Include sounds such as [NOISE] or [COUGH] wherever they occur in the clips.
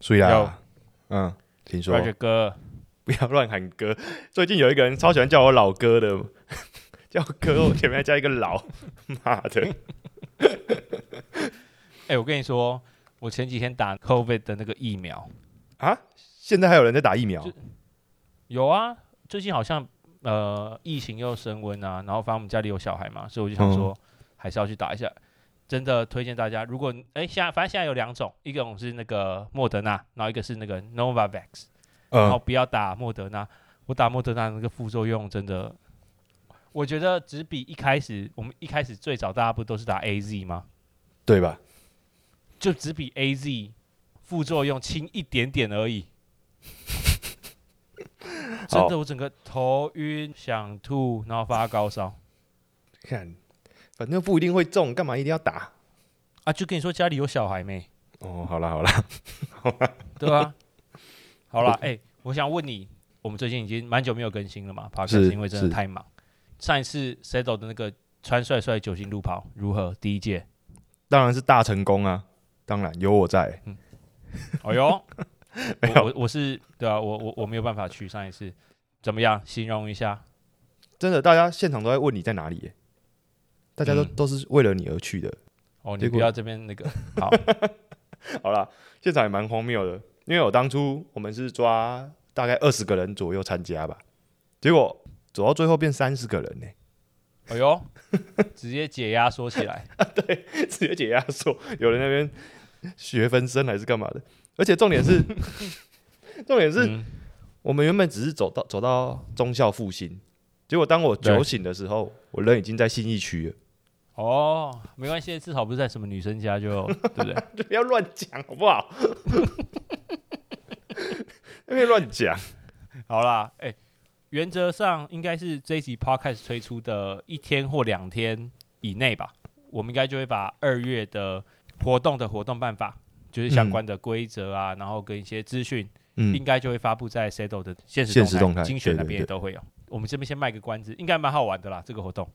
所以有啊，嗯，请说， Roger 哥，不要乱喊哥。最近有一个人超喜欢叫我老哥的， [LAUGHS] 叫哥，我前面还加一个老，妈的，哎、我跟你说，我前几天打 COVID 的那个疫苗，现在还有人在打疫苗就，有啊，最近好像呃疫情又升温啊，然后反正我们家里有小孩嘛，所以我就想说还是要去打一下。真的推荐大家，如果哎、现在反正现在有两种，一种是那个莫德纳，然后一个是那个 Novavax，然后嗯，不要打莫德纳。我打莫德纳那个副作用真的，我觉得只比一开始我们一开始最早大家不都是打 A Z 吗？对吧？就只比 A Z 副作用轻一点点而 [LAUGHS] 已。真的，我整个头晕、想吐，然后发高烧看，反正不一定会中，干嘛一定要打？啊！就跟你说家里有小孩没？哦，好啦好啦， [LAUGHS] 对啊。 [LAUGHS] 好啦，哎、我想问你，我们最近已经蛮久没有更新了嘛 p o 是因为真的是太忙。上一次 Settle 的那个穿帅帅酒精路跑如何？第一 [LAUGHS] 届，当然是大成功啊，当然有我在，哎呦，我没有我我是对啊，我我我没有办法去上一次，怎么样？形容一下，真的，大家现场都在问你在哪里耶，大家都、嗯都是为了你而去的。哦，你结不果要这边那个，好，好啦，现场也蛮荒谬的，因为我当初我们是抓大概二十个人左右参加吧，结果走到最后变三十个人呢、 [LAUGHS] 哎呦，直接解压缩起来，直接解压缩，有人那边学分身还是干嘛的，而且重点是， [LAUGHS] 重点是、嗯我们原本只是走到走到中校复兴，结果当我对酒醒的时候，我人已经在信义区了。哦，没关系，至少不是在什么女生家 [LAUGHS] 就，对不对？就 [LAUGHS] 不要乱讲好不好？ [LAUGHS] 那边乱讲，好啦，哎、原则上应该是这一集 podcast 推出的一天或两天以内吧，我们应该就会把二月的活动的活动办法，就是相关的规则啊，然后跟一些资讯，嗯应，该就会发布在 Settle 的现现实实动态精选对那对边也对都会有。我们这边先卖个关子，应该蛮好玩的啦，这个活动、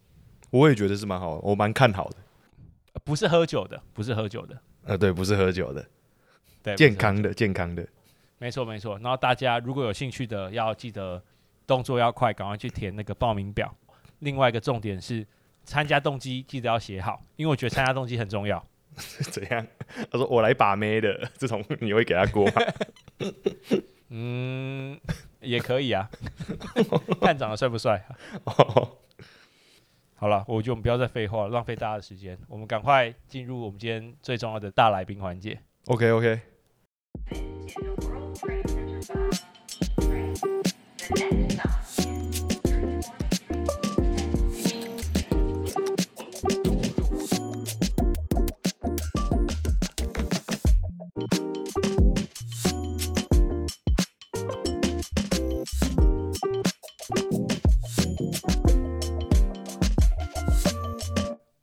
我也觉得是蛮好玩，我蛮看好的。呃不是喝酒的，不是喝酒的，呃，对，不是喝酒的，对，不是健喝康的，健康的。没错没错，然后大家如果有兴趣的，要记得动作要快，赶快去填那个报名表。另外一个重点是参加动机记得要写好，因为我觉得参加动机很重要。 [LAUGHS] 怎样？他说我来把妹的，这种你会给他过吗？ [LAUGHS] 嗯，也可以啊， [LAUGHS] 看长得帅不帅。哦好了，我觉得我们不要再废话了，浪费大家的时间，我们赶快进入我们今天最重要的大来宾环节。 OK OK，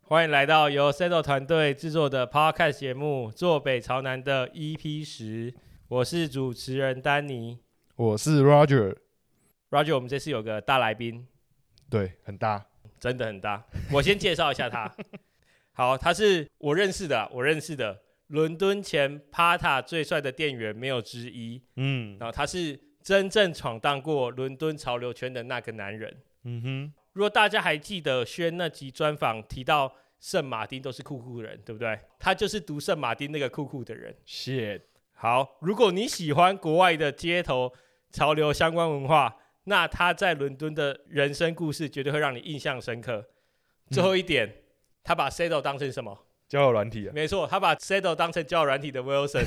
欢迎来到由 Settle 团队制作的 Podcast 节目《坐北朝南》的 EP 十，我是主持人丹尼我是 Roger， Roger。我们这次有个大来宾，对，很大，真的很大。我先介绍一下他，好，他是我认识的啊，我认识的伦敦前 Pata 最帅的店员没有之一。嗯然后他是真正闯荡过伦敦潮流圈的那个男人。嗯如果大家还记得轩那集专访提到圣马丁都是酷酷人，对不对？他就是读圣马丁那个酷酷的人。 shit，好，如果你喜欢国外的街头潮流相关文化，那他在伦敦的人生故事绝对会让你印象深刻。最后一点，他把 Sado 当成什么？交友软体啊，没错，他把 Sado 当成交友软体的 Wilson，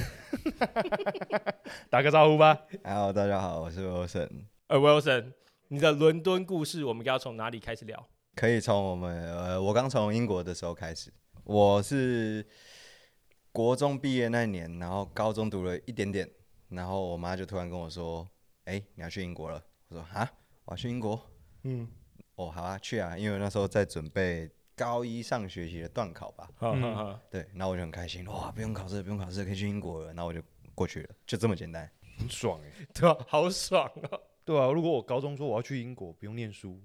打个招呼吧。 Hello，大家好，我是 Wilson。呃，Wilson，你的伦敦故事我们要从哪里开始聊？可以从我们呃，我刚从英国的时候开始，我是国中毕业那一年，然后高中读了一点点，然后我妈就突然跟我说：“哎、你要去英国了？”我说：“哈，我要去英国。”嗯，哦，好啊，去啊，因为那时候在准备高一上学期的段考吧。好好好，对，然后我就很开心，哇，不用考试，不用考试，可以去英国了。然后我就过去了，就这么简单。很爽哎。对啊，好爽哦！对啊，如果我高中说我要去英国，不用念书，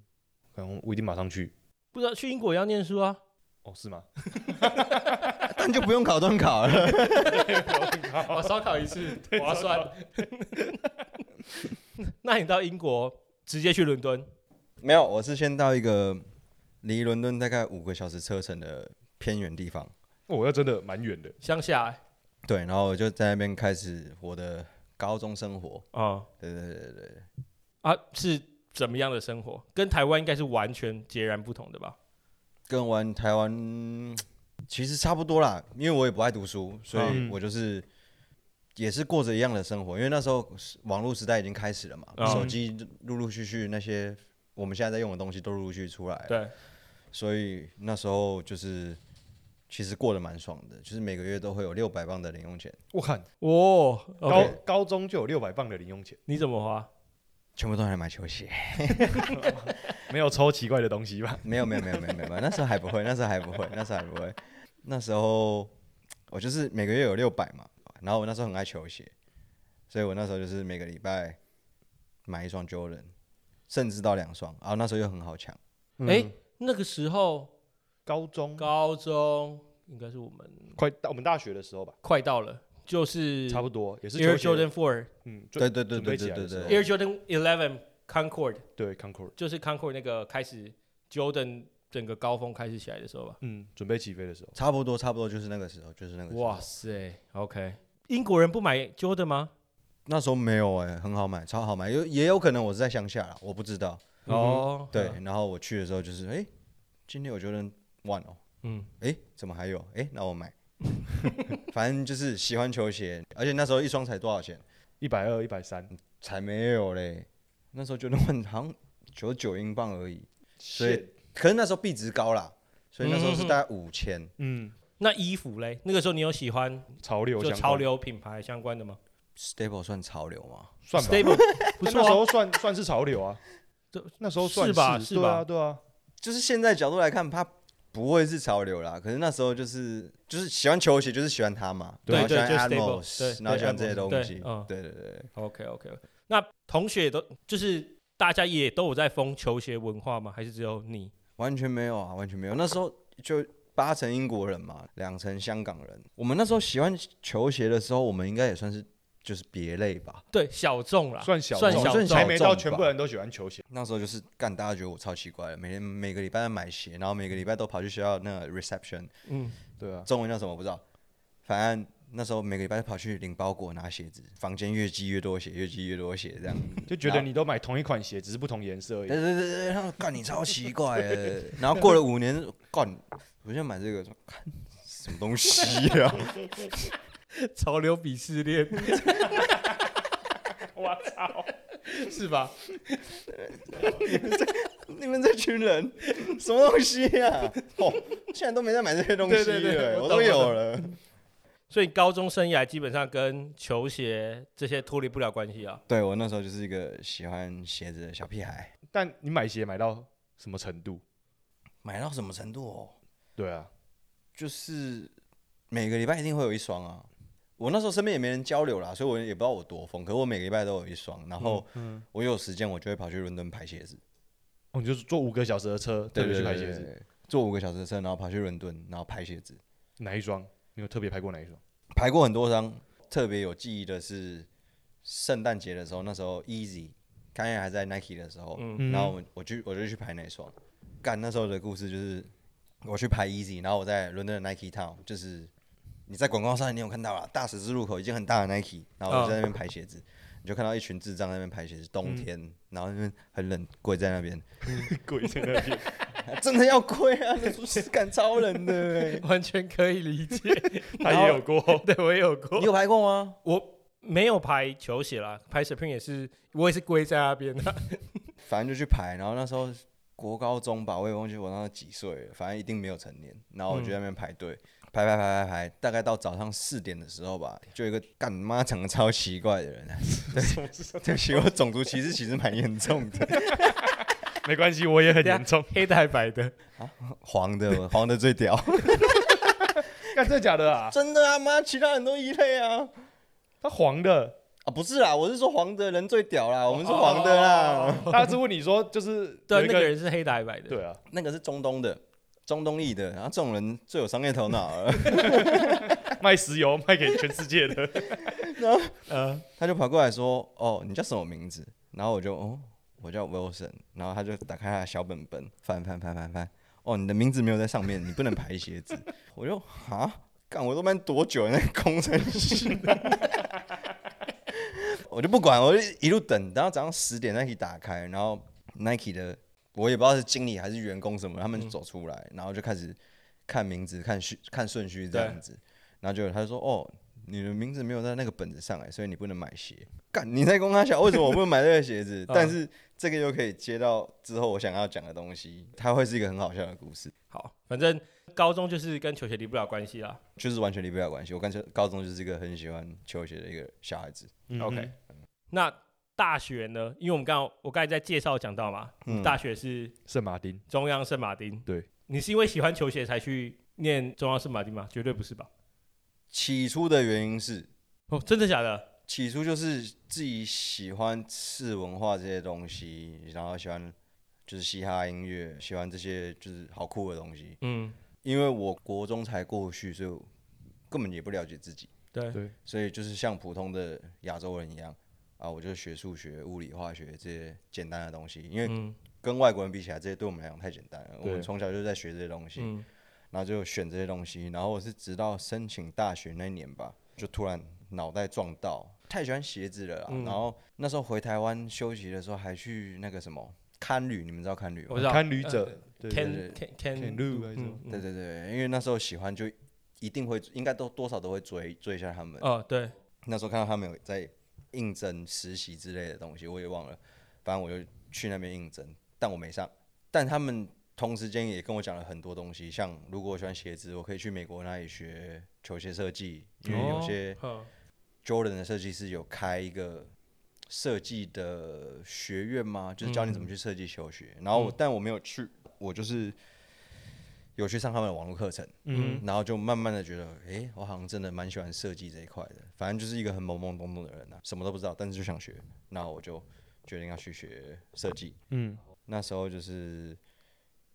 可能我一定马上去。不知道去英国也要念书啊？哦，是吗？然就不用考中考了。我烧烤一次划 [LAUGHS] 算。那你到英国直接去伦敦，没有，我是先到一个离伦敦大概五个小时车程的偏远地方，我哦要真的蛮远的，乡下欸对，然后我就在那边开始我的高中生活。啊、对对对对对，啊，是怎么样的生活？跟台湾应该是完全截然不同的吧？跟玩台湾嗯其实差不多啦，因为我也不爱读书，所以嗯我就是。也是过着一样的生活，因为那时候网络时代已经开始了嘛，嗯手机陆陆续续那些我们现在在用的东西都陆陆续续出来了，对，所以那时候就是其实过得蛮爽的，就是每个月都会有六百磅的零用钱，我看哦高，OK，高中就有六百磅的零用钱，你怎么花？全部都拿来买球鞋。没有抽奇怪的东西吧？没有没有没有没有没有，没有那时候还不会，那时候还不会，那时候还不会。那时候我就是每个月有六百嘛，然后我那时候很爱球鞋，所以我那时候就是每个礼拜买一双 Jordan，甚至到两双，然后那时候又很好抢。嗯哎、那个时候高中高中应该是我们快到我们大学的时候吧，快到了，就是差不多也是 Air 球鞋 Jordan Four、嗯，对对对准对备对起对来对的时候对， Air Jordan Eleven Concord，对 Concord，就是 Concord 那个开始 Jordan 整个高峰开始起来的时候吧？嗯，准备起飞的时候，差不多差不多就是那个时候，就是那个时候。哇塞，OK，英国人不买 Jordan 吗？那时候没有哎、很好买，超好买，有也有可能我是在乡下啦，我不知道。哦，嗯对，，然后我去的时候就是，哎、今天有 Jordan One 哦，嗯，哎、怎么还有？哎、那我买。 [LAUGHS] 反正就是喜欢球鞋，而且那时候一双才多少钱？一百二、一百三，才没有嘞，那时候就那么好像九九英镑而已，所以 Shit 可是那时候币值高啦，所以那时候是嗯大概五千。嗯，那衣服嘞？那个时候你有喜欢潮流就相关潮流品牌相关的吗 Stable 算潮流吗？算吧， ？Stable [LAUGHS] 不但那错时啊，候算算是潮流啊 [LAUGHS] 这，那时候算是吧是对吧啊，对啊，就是现在角度来看，它不会是潮流啦。可是那时候就是就是喜欢球鞋，就是喜欢它嘛，对然后喜欢对就 Atmos， Stable，对然后喜对欢这些 Atmos，东西对嗯。对对对， OK OK，那同学也都就是大家也都有在疯球鞋文化吗？还是只有你？完全没有啊，完全没有。那时候就八成英国人嘛，两成香港人。我们那时候喜欢球鞋的时候，我们应该也算是就是别类吧。对，小众啦，算小啊算众小算众小还没到众全部吧人都喜欢球鞋，那时候就是干，大家觉得我超奇怪的，每天每个礼拜在买鞋，然后每个礼拜都跑去学校那个 reception，嗯，对啊，中文叫什么我不知道，反正那时候每个礼拜跑去领包裹拿鞋子，房间越积越多鞋，越积越多鞋这样。就觉得你都买同一款鞋，只是不同颜色而 [LAUGHS] 对已。对对对，然后干你超奇怪的，然后过了五年，干，我现在买这个，看什么东西啊？ [LAUGHS] 潮流鄙视链， [LAUGHS] 我操， [LAUGHS] 是吧？你们这群人什么东西啊？哦，现在都没在买这些东西了，对对对我我懂都有了。所以高中生涯基本上跟球鞋这些脱离不了关系啊。对我那时候就是一个喜欢鞋子的小屁孩。但你买鞋买到什么程度？买到什么程度哦？对啊，就是每个礼拜一定会有一双啊。我那时候身边也没人交流啦，所以我也不知道我多疯。可是我每个礼拜都有一双，然后我有时间我就会跑去伦敦排鞋子，哦，你就是坐五个小时的车，特别去排鞋子，对，坐五个小时的车，然后跑去伦敦，然后排鞋子，哪一双？你有特别拍过哪一双？排过很多双。特别有记忆的是圣诞节的时候，那时候 Easy 刚才还在 Nike 的时候，嗯。然后我我去我就去排那双。干那时候的故事就是我去排 Easy，然后我在伦敦的 Nike Town，就是你在广告上你有看到啦，大十字路口已经很大的 Nike，然后我就在那边排鞋子。你就看到一群智障在那边排鞋子，冬天，然后那边很冷，跪在那边，跪在那边，真的要跪啊！那是感超冷的欸 [LAUGHS] 完全可以理解， [LAUGHS] 他也有过。对我也有过 [LAUGHS] 你，有排过吗？我没有排球鞋啦，排 Supreme 也是，我也是归在那边的。 [LAUGHS] 反正就去排，然后那时候国高中吧，我也忘记我那时候几岁了，反正一定没有成年。然后我就在那边排队，排排排排排，大概到早上四点的时候吧，就有一个干妈长得超奇怪的人，啊 [LAUGHS] 对，对不起，我种族歧视其实蛮严重的，没关系，我也很严重。黑的还白的， [LAUGHS] 黄的黄的最屌，干真的假的啊？ [LAUGHS] 真的啊妈，其他人都一类啊。他黄的，啊，不是啦，我是说黄的人最屌啦，我们是黄的啦， [LAUGHS] 他是问你说就是有对，啊一那个人是黑的还白的。对啊，那个是中东的，中东裔的，然后这种人最有商业头脑了，卖石油卖给全世界的，他就跑过来说：“哦，你叫什么名字？”然后我就哦，我叫 Wilson。然后他就打开他的小本本，翻翻翻翻翻，哦，你的名字没有在上面，你不能排写字。 [LAUGHS] 我就啊，干我都搬多久了那工程师？ [LAUGHS] 我就不管，我就一路等，等到早上十点 Nike 打开，然后 Nike 的我也不知道是经理还是员工什么，他们就走出来，然后就开始看名字、看序、看顺序这样子。然后就他就说：“哦，你的名字没有在那个本子上哎，所以你不能买鞋。干，你在公开小，为什么我不能买这个鞋子？但是这个又可以接到之后我想要讲的东西，它会是一个很好笑的故事，好，反正高中就是跟球鞋离不了关系啦。就是完全离不了关系。我跟高中就是一个很喜欢球鞋的一个小孩子，嗯 OK，那大学呢？因为我们刚刚我刚才在介绍讲到嘛，嗯大学是圣马丁中央圣马丁。对，你是因为喜欢球鞋才去念中央圣马丁吗？绝对不是吧？起初的原因是，哦，真的假的？起初就是自己喜欢次文化这些东西，然后喜欢就是嘻哈音乐，喜欢这些就是好酷的东西。嗯，因为我国中才过去，所以我根本也不了解自己。对对所以就是像普通的亚洲人一样啊，我就学数学、物理、化学这些简单的东西，因为嗯跟外国人比起来，这些对我们来讲太简单了。我对们从小就在学这些东西，嗯，然后就选这些东西，然后我是直到申请大学那一年吧，就突然脑袋撞到，太喜欢鞋子了啦。嗯然后那时候回台湾休息的时候，还去那个什么堪旅，你们知道堪旅吗？我知道。看旅者，对对 Can 对 can can Can do 还是什么嗯嗯，对对对，因为那时候喜欢就一定会，应该都多少都会追追一下他们。哦对，那时候看到他们有在应征实习之类的东西，我也忘了，反正我就去那边应征，但我没上。但他们同时间也跟我讲了很多东西，像如果我喜欢鞋子，我可以去美国那里学球鞋设计，因为有些嗯 Jordan 的设计师有开一个设计的学院嘛，就是教你怎么去设计球鞋。然后我但我没有去，我就是有去上他们的网络课程。嗯，然后就慢慢的觉得，诶，我好像真的蛮喜欢设计这一块的。反正就是一个很懵懵懂懂的人啊，什么都不知道，但是就想学。然后我就决定要去学设计。嗯，那时候就是，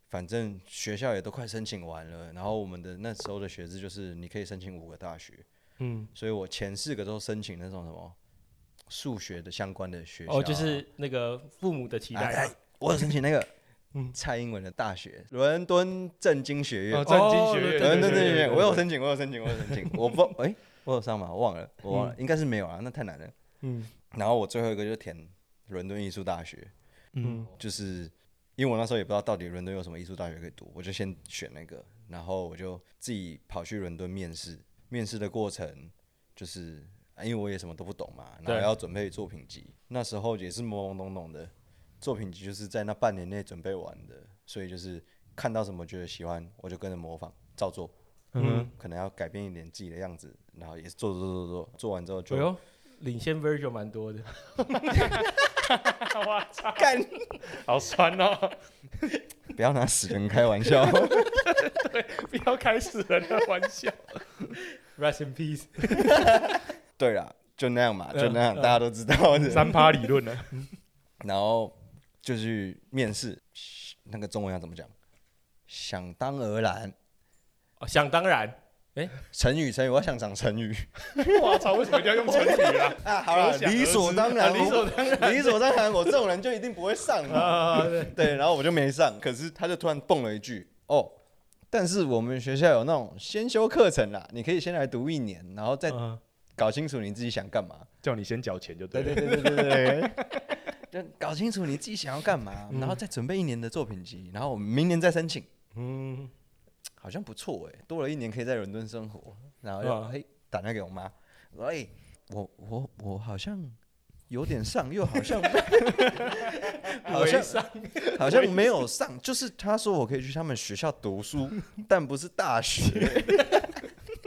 反正学校也都快申请完了，然后我们的那时候的学制就是你可以申请五个大学，嗯，所以我前四个都申请那种什么数学的相关的学校啊、哦就是那个父母的期待哎啊哎，我有申请 [LAUGHS] 那个嗯蔡英文的大学，伦敦政经学院。哦，战经学对院，对对对对对对对对，我有申请，我有申请，我有申 [LAUGHS] 请，我不，哎、我有上吗？我忘了，我忘了，应该是没有啊，那太难了。嗯然后我最后一个就填伦敦艺术大学，嗯就是因为我那时候也不知道到底伦敦有什么艺术大学可以读，我就先选那个，然后我就自己跑去伦敦面试。面试的过程就是、啊因为我也什么都不懂嘛，然对后要准备作品集，那时候也是懵懵懂懂的，作品集就是在那半年内准备完的，所以就是看到什么觉得喜欢，我就跟着模仿照做。嗯，可能要改变一点自己的样子，然后也是做做做做做，做完之后哎就呦，领先 Virgil 蛮多的，好酸哦，不要拿死人开玩 [LAUGHS] 笑。 [LAUGHS] 不要开死人的玩笑。 Rest in peace。对啦，就那样嘛，嗯就那样，大家都知道的。三趴理论呢？然后就去面试，那个中文要怎么讲？想当而然，哦想当 [LAUGHS] 然，成语成语，我要想讲成语我操，为什么一定要用成语啦？啊。 [LAUGHS] 好了，可想而知理所当然，啊理所当然，理所当然，我这种人就一定不会上 [LAUGHS] 嘛。啊对，对，然后我就没上，可是他就突然蹦了一句：“哦，但是我们学校有那种先修课程啦，你可以先来读一年，然后再嗯搞清楚你自己想干嘛。叫你先缴钱就对嗯了。对对对对对 [LAUGHS] 嗯对，就搞清楚你自己想要干嘛，然后再准备一年的作品集，然后我们明年再申请，嗯好像不错哎、多了一年可以在伦敦生活，然后就嗯哎、打电话给我妈，我说哎、我我我好像有点上，又好像 [LAUGHS] 好像好像没有上，就是他说我可以去他们学校读书，但不是大学， [LAUGHS]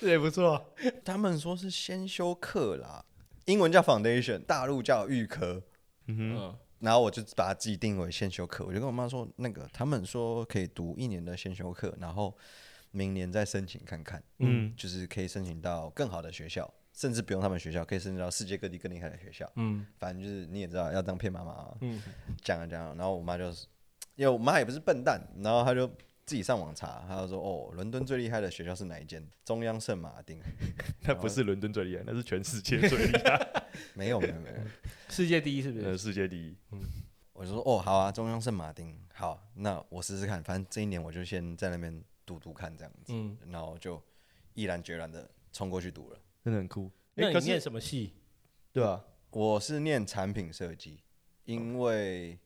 这也不错。他们说是先修课啦，英文叫 foundation，大陆叫预科。嗯，然后我就把它自己定为先修课，我就跟我妈说，那个他们说可以读一年的先修课，然后明年再申请看看，嗯，就是可以申请到更好的学校，甚至不用他们学校，可以申请到世界各地更厉害的学校。嗯反正就是你也知道，要当骗妈妈啊，嗯讲啊讲啊，然后我妈就是，因为我妈也不是笨蛋，然后她就自己上网查，她就说哦，伦敦最厉害的学校是哪一间？中央圣马丁。那不是伦敦最厉害，那是全世界最厉 [LAUGHS] 害，没有没有没有，世界第一是不那是是？世界第一。我就说哦好啊，中央圣马丁，好，那我试试看，反正这一年我就先在那边读读看这样子，嗯，然后就毅然决然的冲过去读了。真的很酷。哎、那可你念是什么系？对啊，我是念产品设计，因为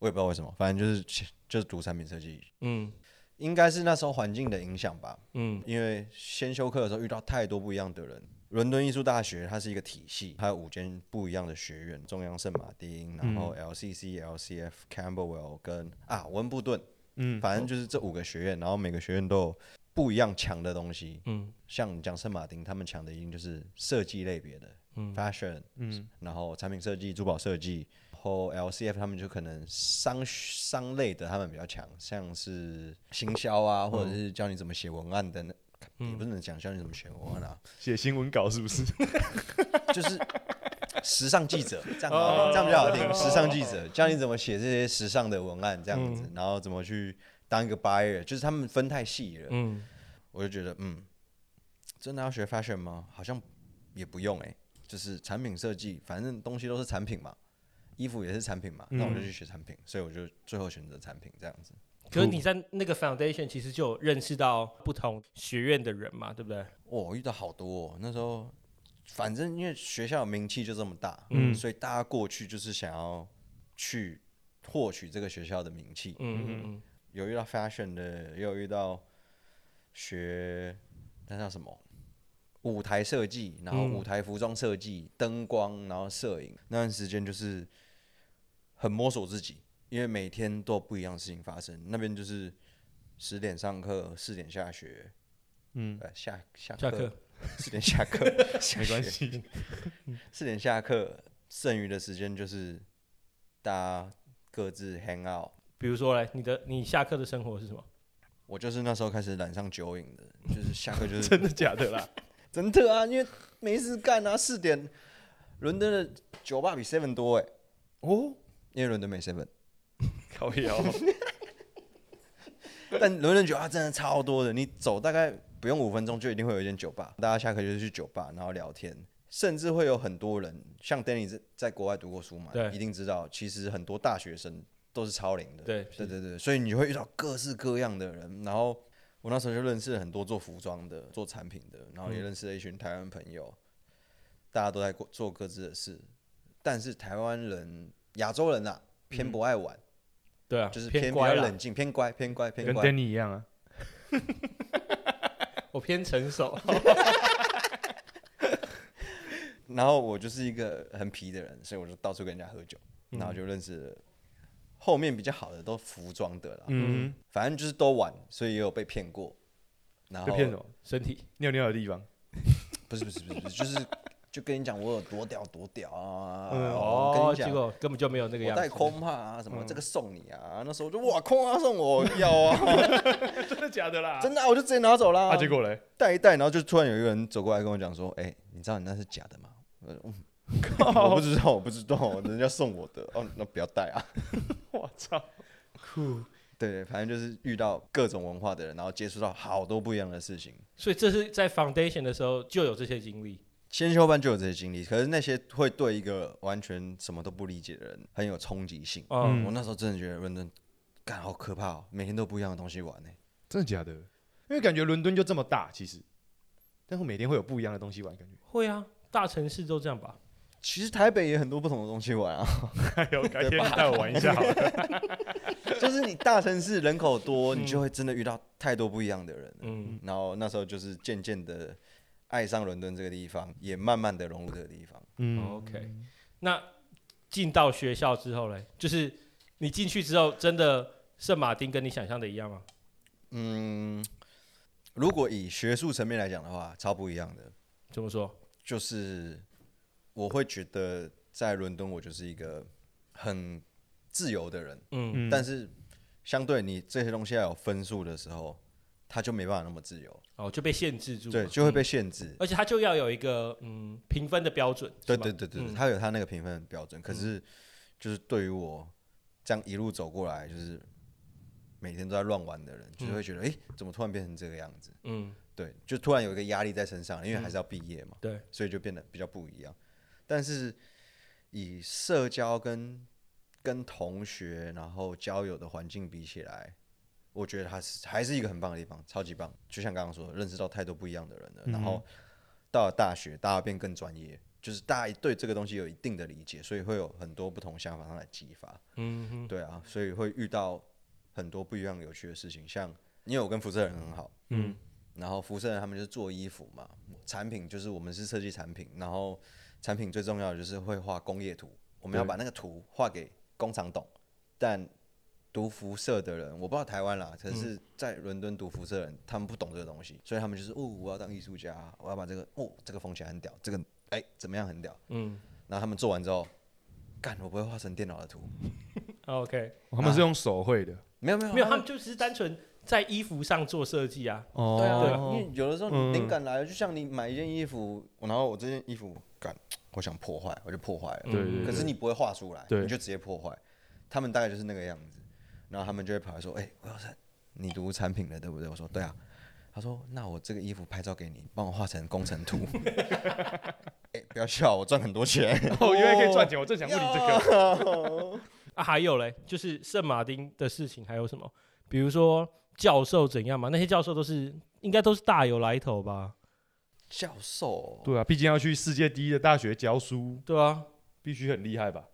我也不知道为什么，反正就是就是读产品设计，嗯应该是那时候环境的影响吧。嗯因为先修课的时候遇到太多不一样的人。伦敦艺术大学它是一个体系，它有五间不一样的学院：中央圣马丁，然后嗯 LCC、LCF、Camberwell 跟啊温布顿，嗯，哦反正就是这五个学院，然后每个学院都有不一样强的东西。嗯像你讲圣马丁，他们强的一定就是设计类别的、嗯 fashion，嗯然后产品设计、珠宝设计，然后 LCF 他们就可能商商类的他们比较强，像是行销啊，或者是教你怎么写文案的那，也不是能讲教你怎么写文案啊，写新闻稿是不 [LAUGHS] 是？就是时尚记者这样好听，这样比较好听，时尚记者教你怎么写这些时尚的文案这样子，然后怎么去当一个 buyer，就是他们分太细了，嗯，我就觉得，嗯，真的要学 fashion 吗？好像也不用哎、就是产品设计，反正东西都是产品嘛，衣服也是产品嘛，那我就去学产品，所以我就最后选择产品这样子。可是你在那个 foundation 其实就有认识到不同学院的人嘛，对不对？哇，我遇到好多、哦，那时候反正因为学校名气就这么大，嗯所以大家过去就是想要去获取这个学校的名气，嗯嗯嗯，有遇到 fashion 的，也有遇到学那叫什么舞台设计，然嗯后舞台服装设计、灯光，然后摄影。那段时间就是很摸索自己，因为每天都有不一样的事情发生。那边就是十点上课，四点下学，嗯，呃、下下下课，四点 [LAUGHS] 下课，没没关，系，四点下课，剩余的时间就是大家各自 hang out。比如说嘞，你的你下课的生活是什么？我就是那时候开始染上酒瘾的，就是下课就是 [LAUGHS] 真的假的啦？真的啊，因为没事干啊，四点，伦敦的酒吧比 Seven 多哎、哦，因为伦敦没 Seven，靠腰，但伦敦酒吧真的超多的，你走大概不用五分钟就一定会有一间酒吧，大家下课就是去酒吧，然后聊天，甚至会有很多人，像 Danny 在在国外读过书嘛，对一定知道，其实很多大学生都是超龄的，对对对对，所以你就会遇到各式各样的人，然后我那时候就认识了很多做服装的、做产品的，然后也认识了一群台湾朋友，大家都在过做各自的事，但是台湾人、亚洲人啊，偏不爱玩，对啊，就嗯是偏比较乖啦冷，静、偏乖、偏乖、偏跟乖。 Danny 一样啊。我偏成 [LAUGHS] 熟。然后我就是一个很皮的人，所以我就到处跟人家喝酒，嗯然后就认识了后面比较好的都服装的啦，嗯，反正就是都玩，所以也有被骗过。然被后骗了，身体，尿尿的地方。不是不是不是不是，就是 [LAUGHS] 就跟你讲我有多屌多屌啊！嗯我跟你哦结讲，果根本就没有那个我样带子。空帕啊什么，这个送你啊。那时候我就哇，空帕送我要 [LAUGHS] 啊， [LAUGHS] 真的假的啦真的啊、我就直接拿走啦。啊，结果嘞，带一带，然后就突然有一个人走过来跟我讲说：“哎、你知道你那是假的吗？”我说嗯 [LAUGHS] 我不知道，我不知道，人家送我的哦，那不要带啊。我操，对，反正就是遇到各种文化的人，然后接触到好多不一样的事情。所以这是在 foundation 的时候就有这些经历。先修班就有这些经历，可是那些会对一个完全什么都不理解的人很有冲击性。嗯，我那时候真的觉得伦敦，干好可怕哦，每天都不一样的东西玩呢、欸真的假的？因为感觉伦敦就这么大，其实，但是每天会有不一样的东西玩，感觉。会啊，大城市都这样吧。其实台北也很多不同的东西玩啊， [LAUGHS] [LAUGHS] 哎呦，改天带我玩一下好了。就是你大城市人口多，你就会真的遇到太多不一样的人。嗯，然后那时候就是渐渐的爱上伦敦这个地方，也慢慢的融入这个地方。 [LAUGHS] 嗯， OK，那进到学校之后嘞，就是你进去之后，真的圣马丁跟你想象的一样吗？嗯，如果以学术层面来讲的话，超不一样的。怎么说？就是我会觉得在伦敦，我就是一个很自由的人，嗯但是相对你这些东西要有分数的时候，他就没办法那么自由，哦，就被限制住。对，就会被限制。而且它就要有一个嗯评分的标准。嗯是对吧对对对，对嗯他有他那个评分的标准，可是就是对于我这样一路走过来，就是每天都在乱玩的人，就会觉得哎、诶怎么突然变成这个样子？嗯，对，就突然有一个压力在身上，因为还是要毕业嘛，对，所以就变得比较不一样。但是以社交跟跟同学然后交友的环境比起来，我觉得还是还是一个很棒的地方，超级棒。就像刚刚说的，认识到太多不一样的人了，然后到了大学，大家变更专业。就是大家对这个东西有一定的理解，所以会有很多不同想法上来激发。嗯对啊，所以会遇到很多不一样有趣的事情，像因为我跟辐射人很好，嗯，然后辐射人他们就是做衣服嘛，产品就是我们是设计产品，然后产品最重要的就是会画工业图，我们要把那个图画给工厂懂，但。读辐射的人，我不知道台湾啦，可是在伦敦读辐射的人，他们不懂这个东西，所以他们就是哦，我要当艺术家，我要把这个哦，这个缝起来很屌，这个哎怎么样很屌，嗯然后他们做完之后，干我不会画成电脑的图，哦，OK，他们是用手绘的没有没有没有，他们就只是单纯在衣服上做设计啊。对啊，嗯对，哦，因为有的时候你灵感来了，就像你买一件衣服，然后我这件衣服干，我想破坏，我就破坏了。对嗯对对可是你不会画出来，对你就直接破坏。他们大概就是那个样子，然后他们就会跑来说：“哎、我要是你读产品的对不对？”我说：“对啊。”他说：“那我这个衣服拍照给你，帮我画成工 [LAUGHS] 程图。 [LAUGHS] 哎，不要笑，我赚很多钱。 [LAUGHS] 哦，原来可以赚钱，我正想问你这个，啊，还有嘞，就是圣马丁的事情还有什么？比如说教授怎样嘛？那些教授都是应该都是大有来头吧？ [LAUGHS] 教授对啊，毕竟要去世界第一的大学教书，对啊，必须很厉害吧？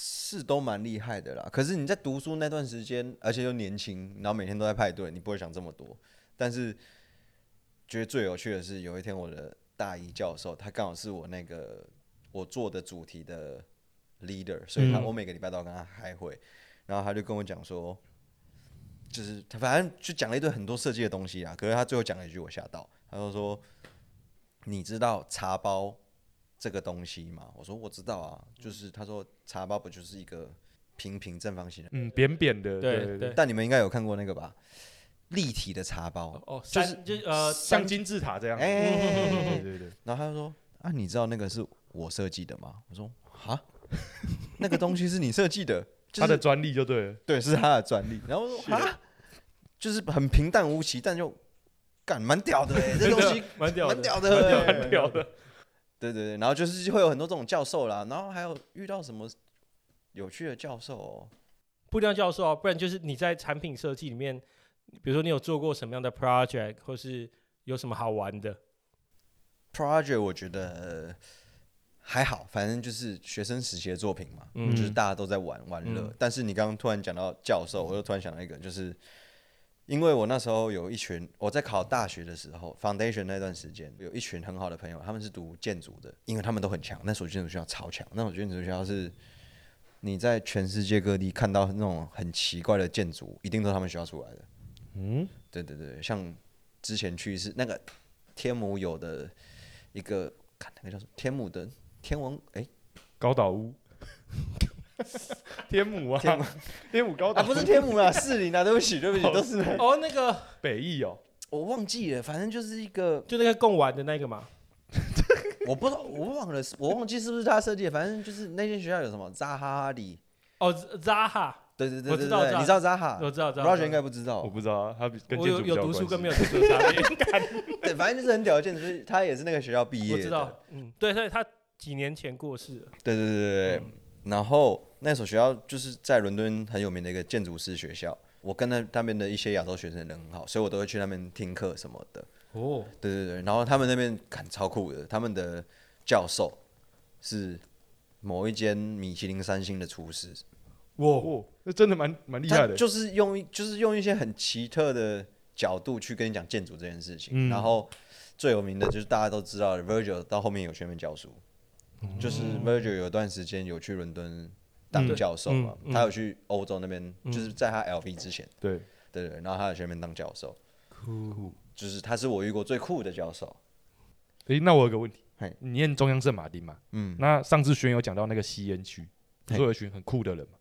是都蛮厉害的啦，可是你在读书那段时间，而且又年轻，然后每天都在派对，你不会想这么多。但是觉得最有趣的是，有一天我的大一教授，他刚好是我那个我做的主题的 leader，所以他、嗯我每个礼拜都要跟他开会，然后他就跟我讲说，就是他反正就讲了一堆很多设计的东西啊，可是他最后讲了一句我吓到，他就说：“你知道茶包这个东西吗？”我说：“我知道啊。”就是他说茶包不就是一个平平正方形的，嗯，扁扁的，对对对，但你们应该有看过那个吧？立体的茶包，哦，就三就是呃，像金字塔这样，哎哎哎哎哎对对对，然后他就说：“啊，你知道那个是我设计的吗？”我说：“ [LAUGHS] 哈，那个东西是你设计的，就他的是专利就对了，对，是他的专利。”然后我说：“啊，就是很平淡无奇，但就干蛮屌的 [LAUGHS] 哎、这东西蛮屌蛮的，屌的欸、很屌的，对对对，然后就是会有很多这种教授啦，然后还有遇到什么有趣的教授、哦，不一定要教授啊，不然就是你在产品设计里面，比如说你有做过什么样的 project，或是有什么好玩的？ project 我觉得呃还好，反正就是学生时期的作品嘛，嗯就是大家都在玩玩乐。嗯但是你刚刚突然讲到教授，我又突然想到一个，就是因为我那时候有一群我在考大学的时候，foundation 那段时间有一群很好的朋友，他们是读建筑的，因为他们都很强，那所建筑学校超强，那所建筑学校是。你在全世界各地看到那种很奇怪的建筑，一定都是他们学校出来的。嗯，对对对，像之前去是那个天母有的一个，看那个叫什么天母的天王哎、高岛屋， [LAUGHS] 天母啊，天母天母高啊岛不是天母啦，士林啦，对不起对不起，都是哦，那个北翼哦，我忘记了，反正就是一个就那个贡玩的那个嘛，我不知道我忘了，我忘记是不是他设计的，反正就是那间学校有什么扎哈哈里，哦，扎哈，对对对我对知道对，扎你知道扎哈我知道，知道知道 Roger 应该不知道我，不知道啊，他比跟我建筑有比较有有读书关跟系没有读书的差别。对，反正就是很屌的建筑师，他也是那个学校毕业我的，知道，嗯，对，所以他几年前过世了。对对对对对。嗯然后那所学校就是在伦敦很有名的一个建筑师学校，我跟那那边的一些亚洲学生人很好，所以我都会去那边听课什么的。哦，对对对，然后他们那边看超酷的，他们的教授是某一间米其林三星的厨师，哦，那真的蛮蛮厉害他的，就是用一就是用一些很奇特的角度去跟你讲建筑这件事情。然后最有名的就是大家都知道的 Virgil 到后面有去那边教书，就是 Virgil 有一段时间有去伦敦当教授嘛，嗯嗯嗯他有去欧洲那边，就是在他 LV 之前，对，对对对，然后他有去那边当教授，就是他是我遇过最酷的教授。诶，那我有个问题嘿，你念中央圣马丁嘛？嗯，那上次轩有讲到那个吸烟区，不嘿是有一群很酷的人嘛？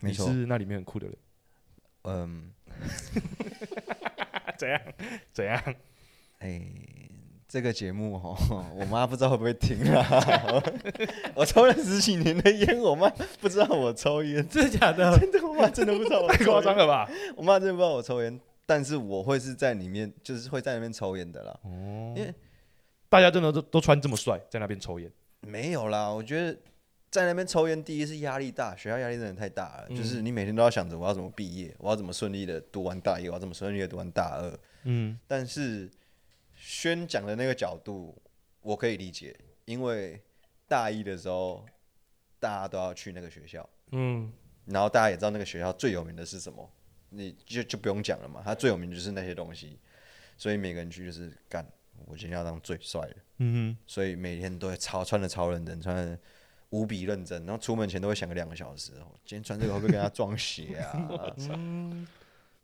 没你错是那里面很酷的人，嗯，怎样？哎、这个节目哦， [LAUGHS] 我妈不知道会不会听啊。 [LAUGHS] 我抽了十几年的烟，我妈不知道我抽烟，真的假的？ [LAUGHS] 真的，我妈真的不知道我太夸抽张烟，了吧？我妈真的不知道我抽烟，但是我会是在里面，就是会在那边抽烟的啦。大家真的都都穿这么帅，在那边抽烟，没有啦，我觉得在那边抽烟，第一是压力大，学校压力真的太大了，嗯就是你每天都要想着我要怎么毕业，我要怎么顺利的读完大一，我要怎么顺利的读完大二。嗯，但是宣讲的那个角度，我可以理解，因为大一的时候大家都要去那个学校，嗯，然后大家也知道那个学校最有名的是什么，你就就不用讲了嘛，它最有名就是那些东西，所以每个人去就是干，我今天要当最帅的，嗯所以每天都会超穿的超认真，穿的。无比认真，然后出门前都会想个两个小时，哦今天穿这个会不会跟他撞鞋啊？ [LAUGHS]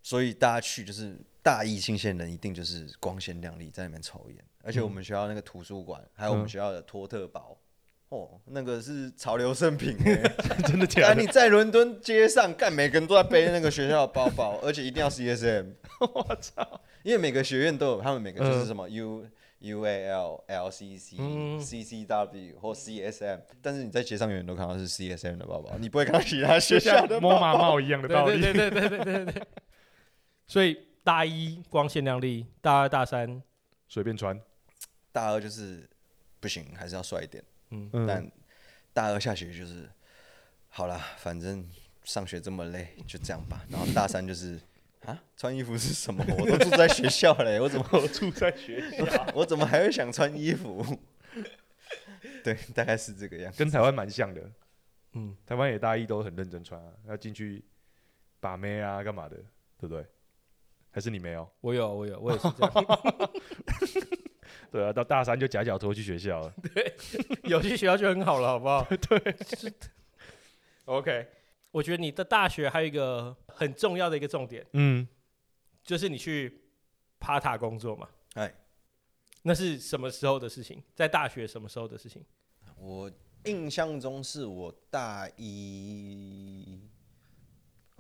所以大家去就是大一新鲜人一定就是光鲜亮丽，在那边抽烟，而且我们学校那个图书馆，还有我们学校的托特堡，哦，那个是潮流圣品、欸。 [LAUGHS] 真的假但的？你在伦敦街上，干每个人都在背那个学校的包包，而且一定要 CSM。我操！因为每个学院都有，他们每个就是什么 U、U A L L C C、嗯 C C W 或 C S M，但是你在街上永远都看到是 C S M 的包包，你不会看到其他学就校像的摸包马包。帽一样的道理。对对对对对对对对。 [LAUGHS] 所以大一光鲜亮丽，大二大三，随便穿，大二就是不行，还是要帅一点。嗯，但大二下学期就是，好啦，反正上学这么累，就这样吧。然后大三就是，啊，穿衣服是什么？我都住在学校 [LAUGHS] 嘞，我怎么我住在学校， [LAUGHS] 我怎么还会想穿衣服？ [LAUGHS] 对，大概是这个样子。跟台湾蛮像的。嗯，台湾也大一都很认真穿啊，要进去把妹啊，干嘛的，对不对？还是你哦没有？我有我有我也是 [LAUGHS] 这样，对啊，到大三就夹脚拖去学校了。有去学校就很好了，好 [LAUGHS] 不好？对，OK。我觉得你的大学还有一个很重要的一个重点，嗯，就是你去帕塔工作嘛。哎，那是什么时候的事情？在大学什么时候的事情？我印象中是我大一，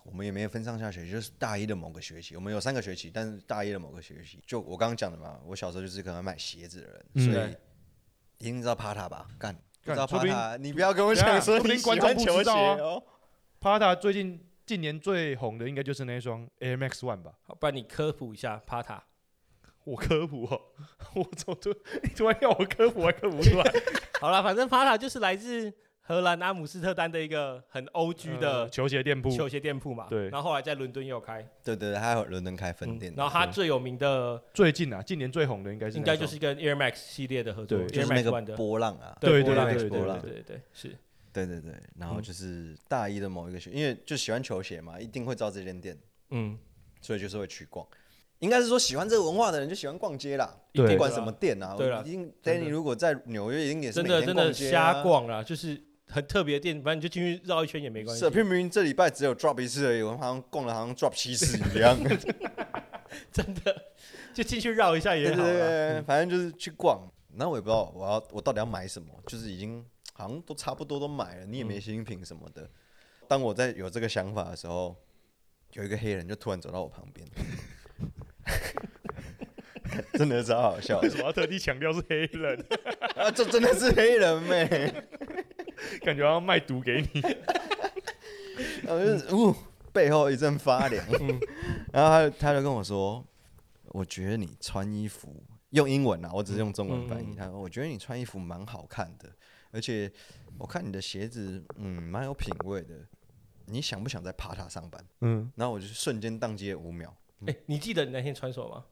我们也没有分上下学期，就是大一的某个学期，我们有三个学期，但是大一的某个学期，就我刚刚讲的嘛，我小时候就是可能买鞋子的人，嗯所以对一定知道帕塔吧？干，不干知道说帕不塔，你不要跟我等一讲下说说不你定喜观众欢不球知鞋道啊哦。 Prada 最近近年最红的应该就是那一双 Air Max One 吧？好，不然你科普一下帕塔。我科普哦， [LAUGHS] 我怎么突你突然要我科普，我还科普不出来？ [LAUGHS] 好了，反正帕塔就是来自荷兰阿姆斯特丹的一个很 O G 呃的球鞋店铺，球鞋店铺嘛。对然后后来在伦敦也有开，对对对，还有伦敦开分嗯店，然后它最有名的最近啊，近年最红的应该是应那该就双是跟 Air Max 系列的合作对就，Air 是那 Max 个 One 的。波浪啊，对波对浪对对波浪对对对对，是对对对，然后嗯就是大一的某一个学，因为就喜欢球鞋嘛，一定会知道这间店，嗯，所以就是会去逛。应该是说喜欢这个文化的人就喜欢逛街啦，对不管什么店啊，对啦我一定真的 Danny 如果在纽约，一定也是真每的天真逛的街啊瞎。逛啦，就是很特别的店，反正你就进去绕一圈也没关系是啊，。偏明明这礼拜只有 drop 一次而已，我们好像逛了好像 drop 七十一 [LAUGHS] 样。对真的， [LAUGHS] 就进去绕一下也对对好了。对，反正就是去逛。然后我也不知道我要我到底要买什么，就是已经好像都差不多都买了，你也没新品什么的。嗯当我在有这个想法的时候，有一个黑人就突然走到我旁边， [LAUGHS] 真的超好笑的为什么要特地强调是黑人？啊！这真的是黑人妹、 [LAUGHS] [LAUGHS] 感觉好像卖毒给你。然后就是呜，背后一阵发凉。然后他就他就跟我说，我觉得你穿衣服用英文啊，我只是用中文翻嗯译。嗯嗯他说，我觉得你穿衣服蛮好看的，而且我看你的鞋子，嗯，蛮有品味的。你想不想在帕塔上班？嗯，然后我就瞬间宕机了五秒。哎，你记得你那天穿什么吗？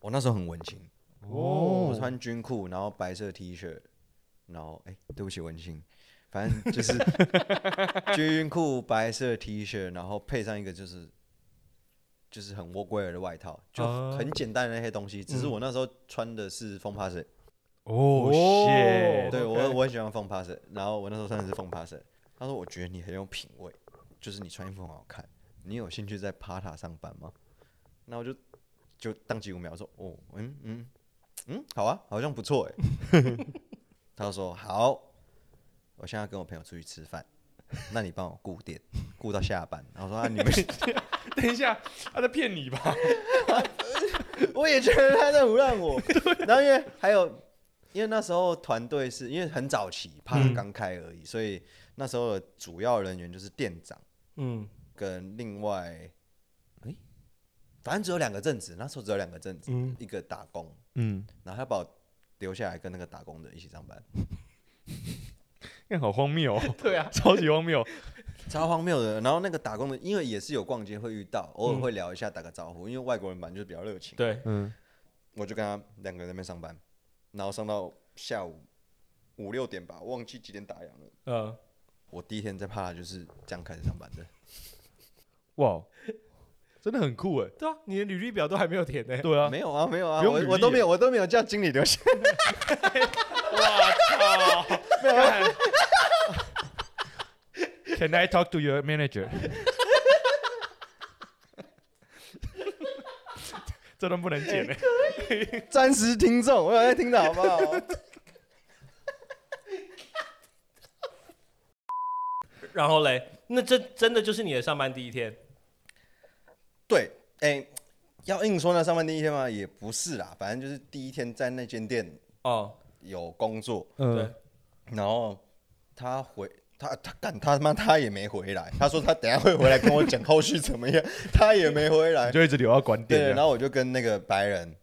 我那时候很文青，我哦，穿军裤，然后白色 T 恤，然后哎、对不起文青，反正就是军裤、白色 T 恤，然后配上一个就是就是很窝龟尔的外套，就哦很简单的那些东西。只是我那时候穿的是风帕色，哦，哦谢，对 OK 我我很喜欢风帕色，然后我那时候穿的是风帕色。他说我觉得你很有品味，就是你穿衣服很好看，你有兴趣在帕塔上班吗？那我就就当机五秒说哦，嗯嗯嗯，好啊，好像不错哎。 [LAUGHS] 他就说好，我现在要跟我朋友出去吃饭，那你帮我顾店，顾到下班。然后说啊，你们等一下，他在骗你吧？我也觉得他在胡乱 [LAUGHS] 我。然后因为还有，因为那时候团队是因为很早期，怕嗯刚开而已，所以那时候的主要人员就是店长嗯跟另外，诶，反正只有两个正职，那时候只有两个正职，嗯，一个打工， [LAUGHS] 嗯，然后他把我留下来跟那个打工的一起上班，那好荒谬哦，对啊，超级荒谬。超荒谬的。然后那个打工的，因为也是有逛街会遇到，偶嗯尔会聊一下打个招呼，因为外国人本来就是比较热情。对， [LAUGHS] 嗯，我就跟他两个人在那边上班，然后上到下午五六点吧，忘记几点打烊了。呃，我第一天在帕拉就是这样开始上班的，哇，哦真的很酷哎。对啊，你的履历表都还没有填 [LAUGHS] 呢，对啊，没有啊，没有啊，不用履历我我都没有，我都没有叫经理留下， [LAUGHS] Can I talk to your manager？这段不能剪哎。暂时听众，我有在听的好不好？ [LAUGHS] 然后嘞，那这真的就是你的上班第一天，对，哎、要硬说那上班第一天嘛，也不是啦，反正就是第一天在那间店哦，有工作，对嗯，，然后他回。他他干他妈他也没回来，他说他等一下会回来跟我讲后续怎么样，他也没回来你，就一直留到关对，店然这样。后我就跟那个白人，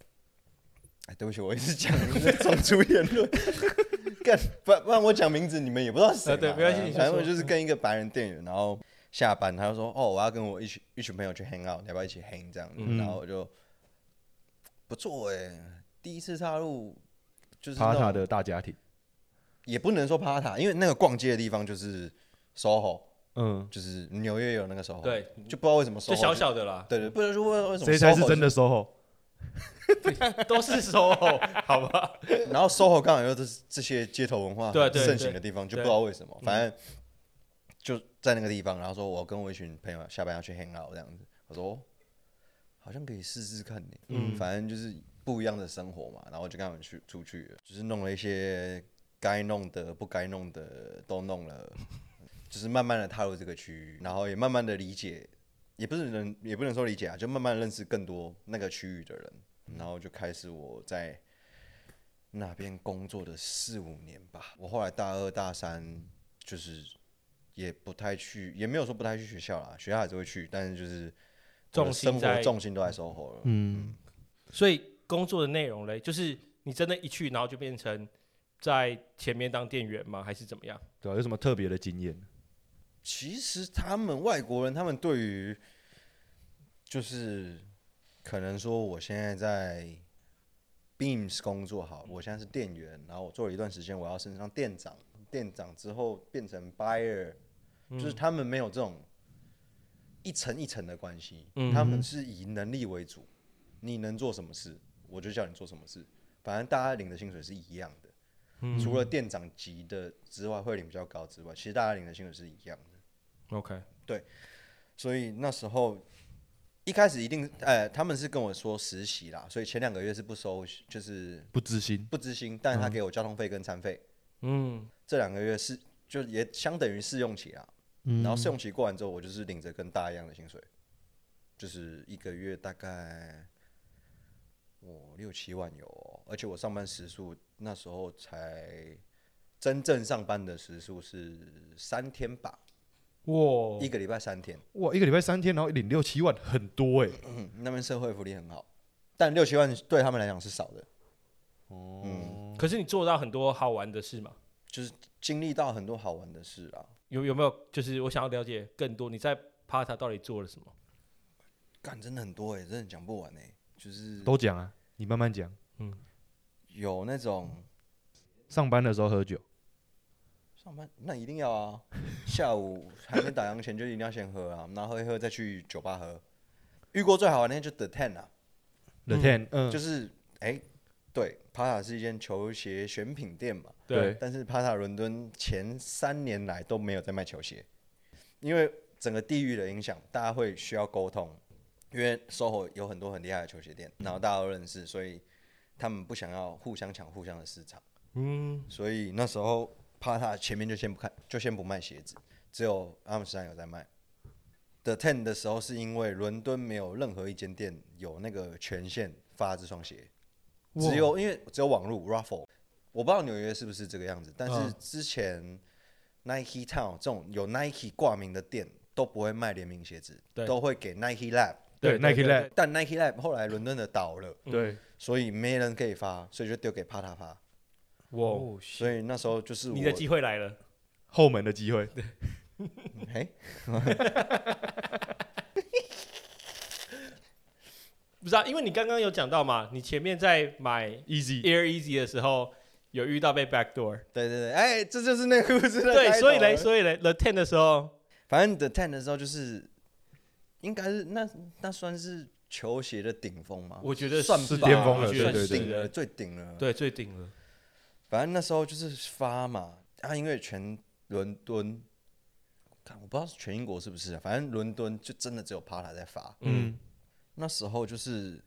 哎，对不起，我一直讲种族言论， [LAUGHS] 干，不然不然我讲名字你们也不知道是谁嘛、呃对没关系你先反正我说就是跟一个白人店员，然后下班他就说，哦，我要跟我一群一群朋友去 hang out，你要不要一起 hang 这样子？嗯然后我就不错哎、第一次踏入就是帕那塔种的大家庭。也不能说趴塔，因为那个逛街的地方就是 SOHO，嗯，就是纽约有那个 SOHO，对，哦就不知道为什么 SOHO，就小小的啦， [LAUGHS] 对对，不知道为为什么谁才 SOHO 是真的 SOHO？都是 [LAUGHS] 收，好吧，然后 SOHO 刚好又是这些街头文化对对盛行的地方，就对嗯不知道为什么，反正就在那个地方。然后说我跟我一群朋友下班要去 hang out 这样子，我说哦好像可以试试看呢、嗯，反正就是不一样的生活嘛。然后我就跟他们去出去了，就是弄了一些该弄的、不该弄的都弄了， [LAUGHS] 就是慢慢的踏入这个区域，然后也慢慢的理解，也不是人，也不能说理解啊，就慢慢地认识更多那个区域的人，然后就开始我在。那边工作的四五年吧。我后来大二大三就是也不太去，也没有说不太去学校啦，学校还是会去，但是就是我重的心生在活重心都在收获了。嗯，所以工作的内容嘞，就是你真的一去，然后就变成在前面当店员吗？还是怎么样？对啊，有什么特别的经验？其实他们外国人，他们对于就是可能说我现在在 Beams 工作好，我现在是店员，然后我做了一段时间，我要升上店长，店长之后变成 buyer，、就是他们没有这种一层一层的关系，他们是以能力为主，你能做什么事，我就叫你做什么事，反正大家领的薪水是一样的。除了店长级的之外，会领比较高之外，其实大家领的薪水是一样的。 OK，所以那时候一开始一定，呃，他们是跟我说实习啦，所以前两个月是不收，就是不知心。不知薪，但是他给我交通费跟餐费，嗯，这两个月是就也相等于试用期啦。然后试用期过完之后，我就是领着跟大家一样的薪水，就是一个月大概我六七万有哦、而且我上班时数那时候才真正上班的时数是三天吧，哇一，个礼拜三天。哇，一个礼拜三天，然后领六七万，很多哎、嗯，那边社会福利很好，但六七万对他们来讲是少的，可是你做到很多好玩的事嘛？就是经历到很多好玩的事啊。有有没有？就是我想要了解更多，你在 Pata 到底做了什么？干，真的很多哎、真的讲不完哎、就是都讲啊，你慢慢讲。有那种上班的时候喝酒，上班那一定要啊，下午还没打烊前就一定要先喝啊，然后喝一喝再去酒吧喝。遇过最好玩的就 The Ten 啊， The Ten，嗯，就是哎、对，帕塔是一间球鞋选品店嘛，对，但是帕塔伦敦前三年来都没有在卖球鞋，因为整个地域的影响，大家会需要沟通，因为 SOHO 有很多很厉害的球鞋店，然后大家都认识，所以他们不想要互相抢互相的市场，嗯，所以那时候帕塔前面就先不看，就先不卖鞋子，只有阿姆斯特丹有在卖。The Ten 的时候，是因为伦敦没有任何一间店有那个权限发这双鞋，哇只有因为只有网路 Raffle，我不知道纽约是不是这个样子，但是嗯之前 Nike Town 这种有 Nike 挂名的店都不会卖联名鞋子，对都会给 Nike Lab，对 Nike Lab 但 Nike Lab 后来伦敦的倒了，嗯对，所以没人可以发，所以就丢给帕塔发，嗯哇，所以那时候就是我你的机会来了，后门的机会，哎，不是啊？因为你刚刚有讲到嘛，你前面在买 easy Air Easy 的时候有遇到被 backdoor，对对对，哎，这就是那个故事 [LAUGHS] 的对，开头所以嘞，所以嘞，The Ten 的时候，反正 The Ten 的时候就是，应该是那那算是球鞋的顶峰嘛，我觉得算是吧巅峰了我觉得对对对算顶了对最顶了。，对最顶了，反正那时候就是发嘛，啊，因为全伦敦，看我不知道是全英国是不是、啊，反正伦敦就真的只有 Pata 在发。嗯，那时候就是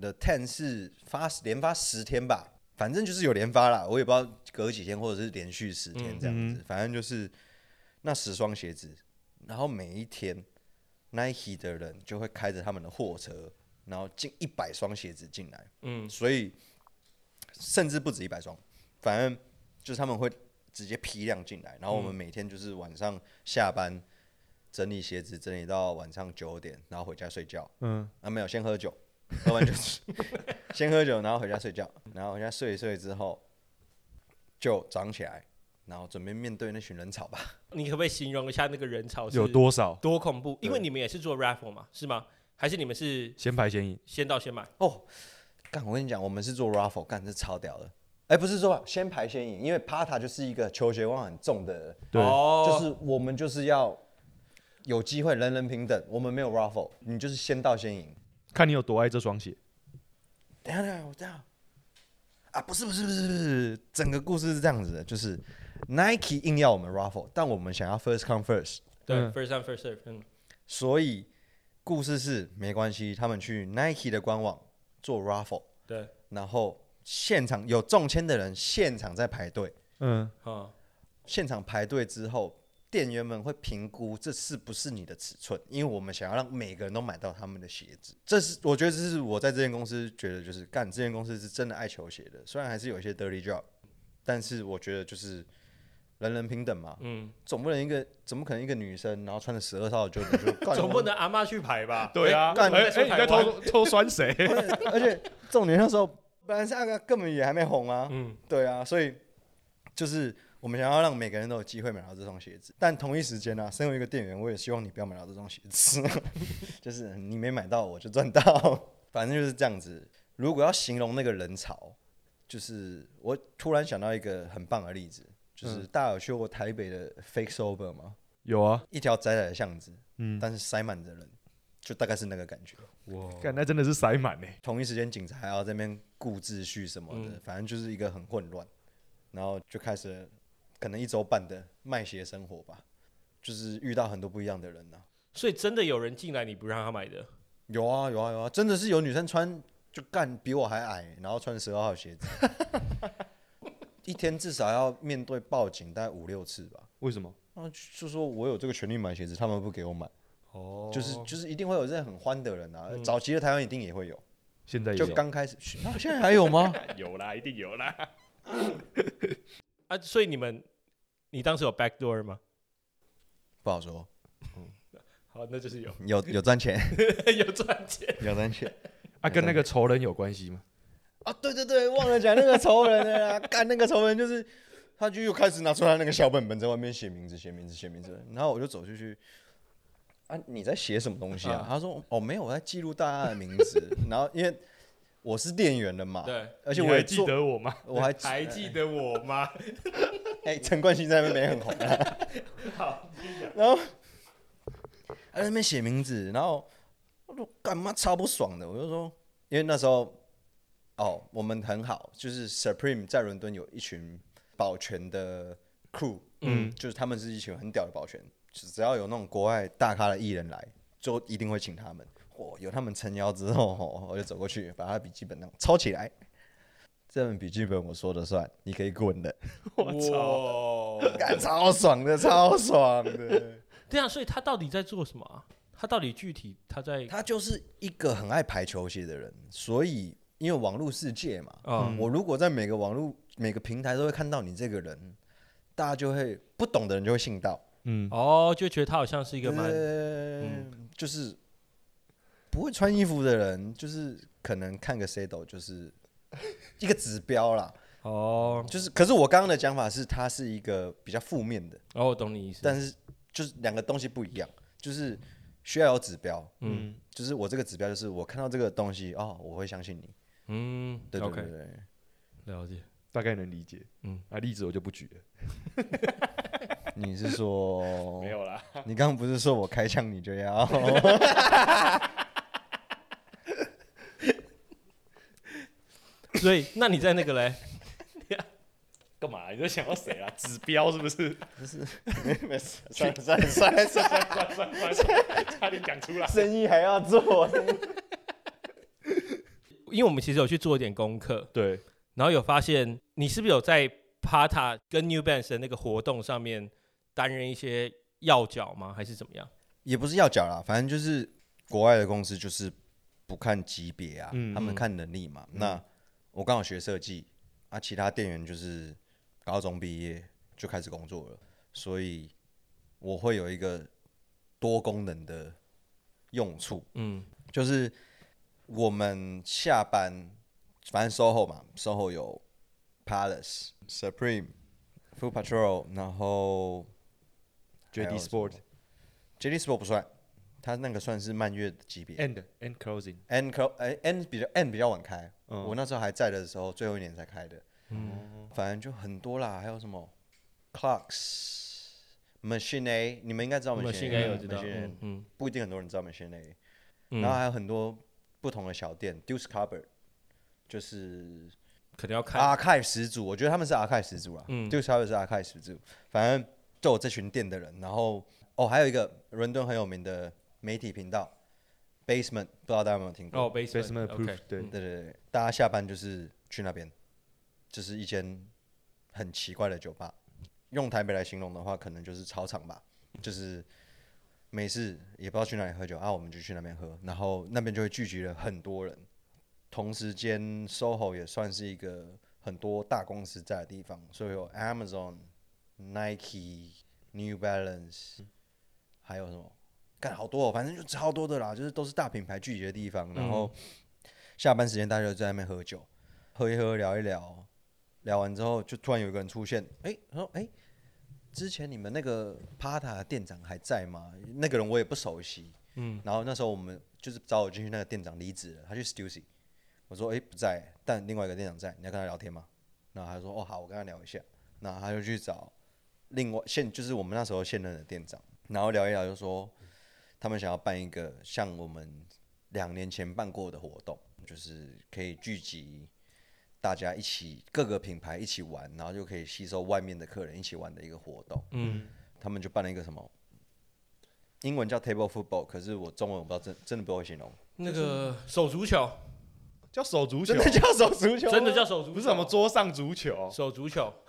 The Ten 是发连发十天吧，反正就是有连发啦，我也不知道隔几天或者是连续十天这样嗯子，反正就是那十双鞋子，然后每一天 Nike 的人就会开着他们的货车，然后进一百双鞋子进来，嗯所以甚至不止一百双，反正就是他们会直接批量进来，然后我们每天就是晚上下班整理鞋子，整理到晚上九点，然后回家睡觉。嗯，啊，没有，先喝酒，喝完就吃， [LAUGHS] 先喝酒，然后回家睡觉，然后回家睡一睡之后就早上起来，然后准备面对那群人潮吧。你可不可以形容一下那个人潮是有多少？多恐怖？因为对你们也是做 raffle 嘛，是吗？还是你们是先排先赢，先到先买？哦，干，我跟你讲，我们是做 raffle，干，这超屌的。哎，不是说先排先赢，因为 Pata 就是一个球鞋望很重的人，对哦就是我们就是要有机会，人人平等。我们没有 raffle，你就是先到先赢。看你有多爱这双鞋。等一下，等一下，我这样啊，不是不是不是不是，整个故事是这样子的，就是 Nike 硬要我们 raffle，但我们想要 first come first，对嗯，first time first serve，嗯，所以故事是没关系，他们去 Nike 的官网做 raffle，对，然后现场有中签的人现场在排队，嗯，啊，现场排队之后。店员们会评估这是不是你的尺寸，因为我们想要让每个人都买到他们的鞋子。这是我觉得这是我在这间公司觉得就是干，这间公司是真的爱球鞋的。虽然还是有一些 dirty job，但是我觉得就是人人平等嘛，嗯，总不能一个怎么可能一个女生然后穿着十二 [LAUGHS] 号的 Jordan 就干总不能阿妈去排吧？对啊，哎干哎，你在偷偷酸谁？ [LAUGHS] 而且重点那时候，本来是那个根本也还没红啊，嗯，对啊，所以就是我们想要让每个人都有机会买到这双鞋子，但同一时间呢、啊，身为一个店员，我也希望你不要买到这双鞋子， [LAUGHS] 就是你没买到我就赚到， [LAUGHS] 反正就是这样子。如果要形容那个人潮，就是我突然想到一个很棒的例子，就是大家有去过台北的 Fake Sober 吗？ [LAUGHS] 有啊，一条窄窄的巷子，嗯，但是塞满着人，就大概是那个感觉。哇，看那真的是塞满呢。欸同一时间警察还要在那边顾秩序什么的，嗯反正就是一个很混乱，然后就开始可能一周半的卖鞋生活吧，就是遇到很多不一样的人呐、啊所以真的有人进来你不让他买的，有啊有啊有啊，真的是有女生穿就干比我还矮，然后穿十二号鞋 [LAUGHS] 子，一天至少要面对报警大概五六次吧。为什么？然后就说我有这个权利买鞋子，他们不给我买，哦就是就是一定会有这样很欢的人啊，嗯早期的台湾一定也会有，现在也就有刚开始，啊现在还有吗？ [LAUGHS] 有啦，一定有啦。啊，所以你们，你当时有 backdoor 吗？不好说，好，哦那就是有有有赚 [LAUGHS] 钱， [LAUGHS] 有赚钱，有赚钱。啊，跟那个仇人有关系吗？啊，对对对，忘了讲那个仇人了啦，干那个仇人就是，他就又开始拿出他那个小本本在外面写名字、写名字、写名字，然后我就走出去，啊，你在写什么东西啊？他说哦，没有，我在记录大家的名字， [LAUGHS] 然后因为我是店员啊了嘛，对，而且你我也还记做，得我吗？我还还记得我吗？哎，陈冠希在那边没很红啊。好，然后他在那边写名字，然后我就干嘛超不爽的，我就说，因为那时候哦，我们很好，就是 Supreme 在伦敦有一群保全的 crew，嗯，就是他们是一群很屌的保全，只只要有那种国外大咖的艺人来，就一定会请他们。哦，有他们撑腰之后， [LAUGHS] 哦我就走过去把他的笔记本那种抄起来。这本笔记本我说了算，你可以滚的。 [LAUGHS] 我操！ [LAUGHS] 哦干超爽的，超爽的。对啊，所以他到底在做什么啊？他到底具体他在 [LAUGHS] 他就是一个很爱排球鞋的人，所以因为网络世界嘛，嗯我如果在每个网络每个平台都会看到你这个人，大家就会不懂的人就会信到，嗯，哦，就觉得他好像是一个蛮呃就是不会穿衣服的人，就是可能看个 C 斗就是一个指标啦。哦就是，可是我刚刚的讲法是，它是一个比较负面的，哦，我懂你意思。但是就是两个东西不一样，就是需要有指标，嗯就是我这个指标就是我看到这个东西哦，我会相信你，嗯对对对 OK，对。了解。大概能理解。嗯嗯，啊，例子我就不举了。你是 [LAUGHS] 说没有啦，你刚刚不是说我开枪你就要？所以那你在那个嘞？ [LAUGHS] 干嘛？你在想到谁 [LAUGHS] 啦？指标是不是？没事， [LAUGHS] 算了算了算了算了，算算算算，差点讲出来。生意还要做。因为我们其实有去做一点功课，对，然后有发现你是不是有在 Pata 跟 New Balance 的那个活动上面担任一些要角吗？还是怎么样？ [LAUGHS] 也不是要缴啦，反正就是国外的公司就是不看级别啊，嗯他们看能力嘛。那我刚好学设计，啊，其他店员就是高中毕业就开始工作了，所以我会有一个多功能的用处，嗯就是我们下班，反正 SOHO 嘛，SOHO 有 Palace、Supreme、Food Patrol，然后 JD 还有什么 Sport JD Sport 不算，他那个算是慢月的级别。 and and closing。 N 可哎 N 比较 N 比较晚开，嗯我那时候还在的时候，最后一年才开的。嗯反正就很多啦，还有什么 Clocks、Machine A，你们应该知道 Machine Machine A， A 我知道 Machine A，嗯不一定很多人知道 Machine A。嗯，然后还有很多不同的小店，Deuce Cupboard，就是可能要啊看 Archive 始祖，我觉得他们是 Archive 始祖啦啊嗯，Deuce Cupboard 是 Archive 始祖。反正就有这群店的人，然后哦，还有一个伦敦很有名的媒体频道 Basement，不知道大家有没有听过？哦 basement Basement OK， proof，对，对对对，大家下班就是去那边，就是一间很奇怪的酒吧。用台北来形容的话，可能就是操场吧，就是没事也不知道去哪里喝酒啊，我们就去那边喝，然后那边就会聚集了很多人。同时间，SOHO 也算是一个很多大公司在的地方，所以有 Amazon、Nike、New Balance，还有什么？干好多、哦，反正就超多的啦，就是都是大品牌聚集的地方。然后下班时间大家就在那边喝酒，喝一喝，聊一聊，聊完之后就突然有一个人出现，哎、他说哎、之前你们那个 Pata 的店长还在吗？那个人我也不熟悉，嗯，然后那时候我们就是找我进去那个店长离职了，他去 Stussy，我说哎、不在，但另外一个店长在，你要跟他聊天吗？然后他说哦好，我跟他聊一下，然后他就去找另外现就是我们那时候现任的店长，然后聊一聊就说他们想要办一个像我们两年前办过的活动，就是可以聚集大家一起各个品牌一起玩，然后就可以吸收外面的客人一起玩的一个活动。嗯他们就办了一个什么，英文叫 table football，可是我中文我不知道真真的不会形容，那个手足球叫手足球真，的叫手足球吗，真的叫手足球，啊不是什么桌上足球，手足球。 [LAUGHS]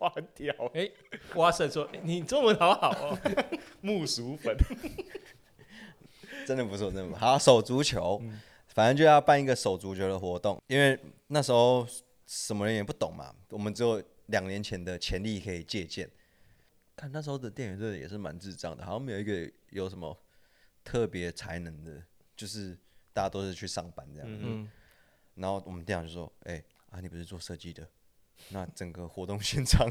哇，很屌，哇塞，说欸你中文好好 [LAUGHS] 哦，木薯粉。真的不错，真的不错。好，手足球，嗯反正就要办一个手足球的活动，因为那时候什么人也不懂嘛，我们只有两年前的潜力可以借鉴。看那时候的店员真的也是蛮智障的，好像没有一个有什么特别才能的，就是大家都是去上班这样。嗯，然后我们店长就说：“哎、啊，你不是做设计的？那整个活动现场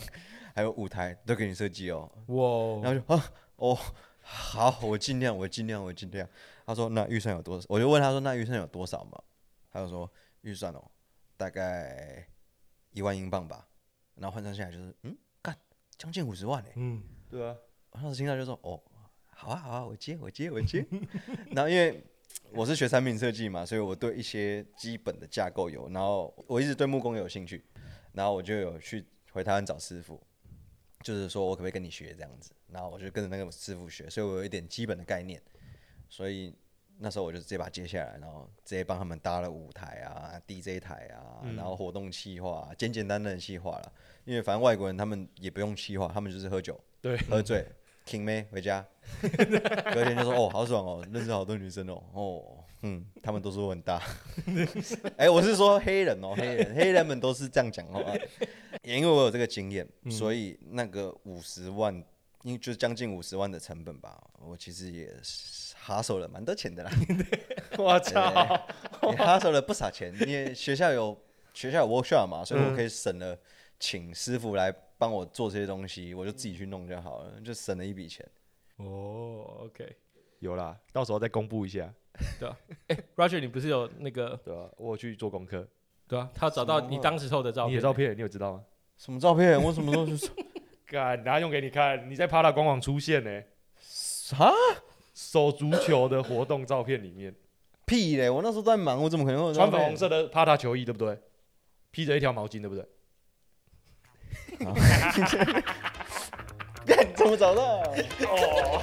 还有舞台都给你设计哦，哇，然后就啊，哦，好，我尽量，我尽量，我尽量。他说那预算有多少？我就问他说那预算有多少嘛？他就说预算哦，大概一万英镑吧。然后换算下来就是嗯，干将近五十万哎、嗯，对啊，我当时听到就说哦，好啊好啊，我接我接我接。 [LAUGHS] 然后因为我是学产品设计嘛，所以我对一些基本的架构有，然后我一直对木工有兴趣，然后我就有去回台湾找师傅，就是说我可不可以跟你学这样子，然后我就跟着那个师傅学，所以我有一点基本的概念，所以。那时候我就直接把它接下来，然后直接帮他们搭了舞台啊、DJ 台啊，然后活动企划、啊简简单单的企划了。因为反正外国人他们也不用企划，他们就是喝酒，对喝醉，挺妹回家， [LAUGHS] 隔天就说哦好爽哦，认识好多女生哦，哦嗯，他们都说我很大， [LAUGHS] 哎、我是说黑人哦，黑人黑人们都是这样讲话，哦啊也因为我有这个经验，所以那个五十万，因为就将近五十万的成本吧，我其实也是哈手了蛮多钱的啦，我操！也哈手了不少钱，因为学校有学校有 workshop 嘛，所以我可以省了请师傅来帮我做这些东西，我就自己去弄就好了，就省了一笔钱。哦，OK，有啦，到时候再公布一下， Roger，你不是有那个对吧、啊我有去做功课，对啊？他有找到你当时候的照你片，的照片你有知道吗？什么照片？我什么时候去 [LAUGHS] 说？干，拿用给你看，你在 Pada 官网出现呢、 [LAUGHS] 啥手足球的活动照片里 [LAUGHS] 面，屁嘞！我那时候在忙，我怎么可能会有穿照粉片红色的 Pada 球衣对不对？披着一条毛巾对不对？干？怎么找到？哦，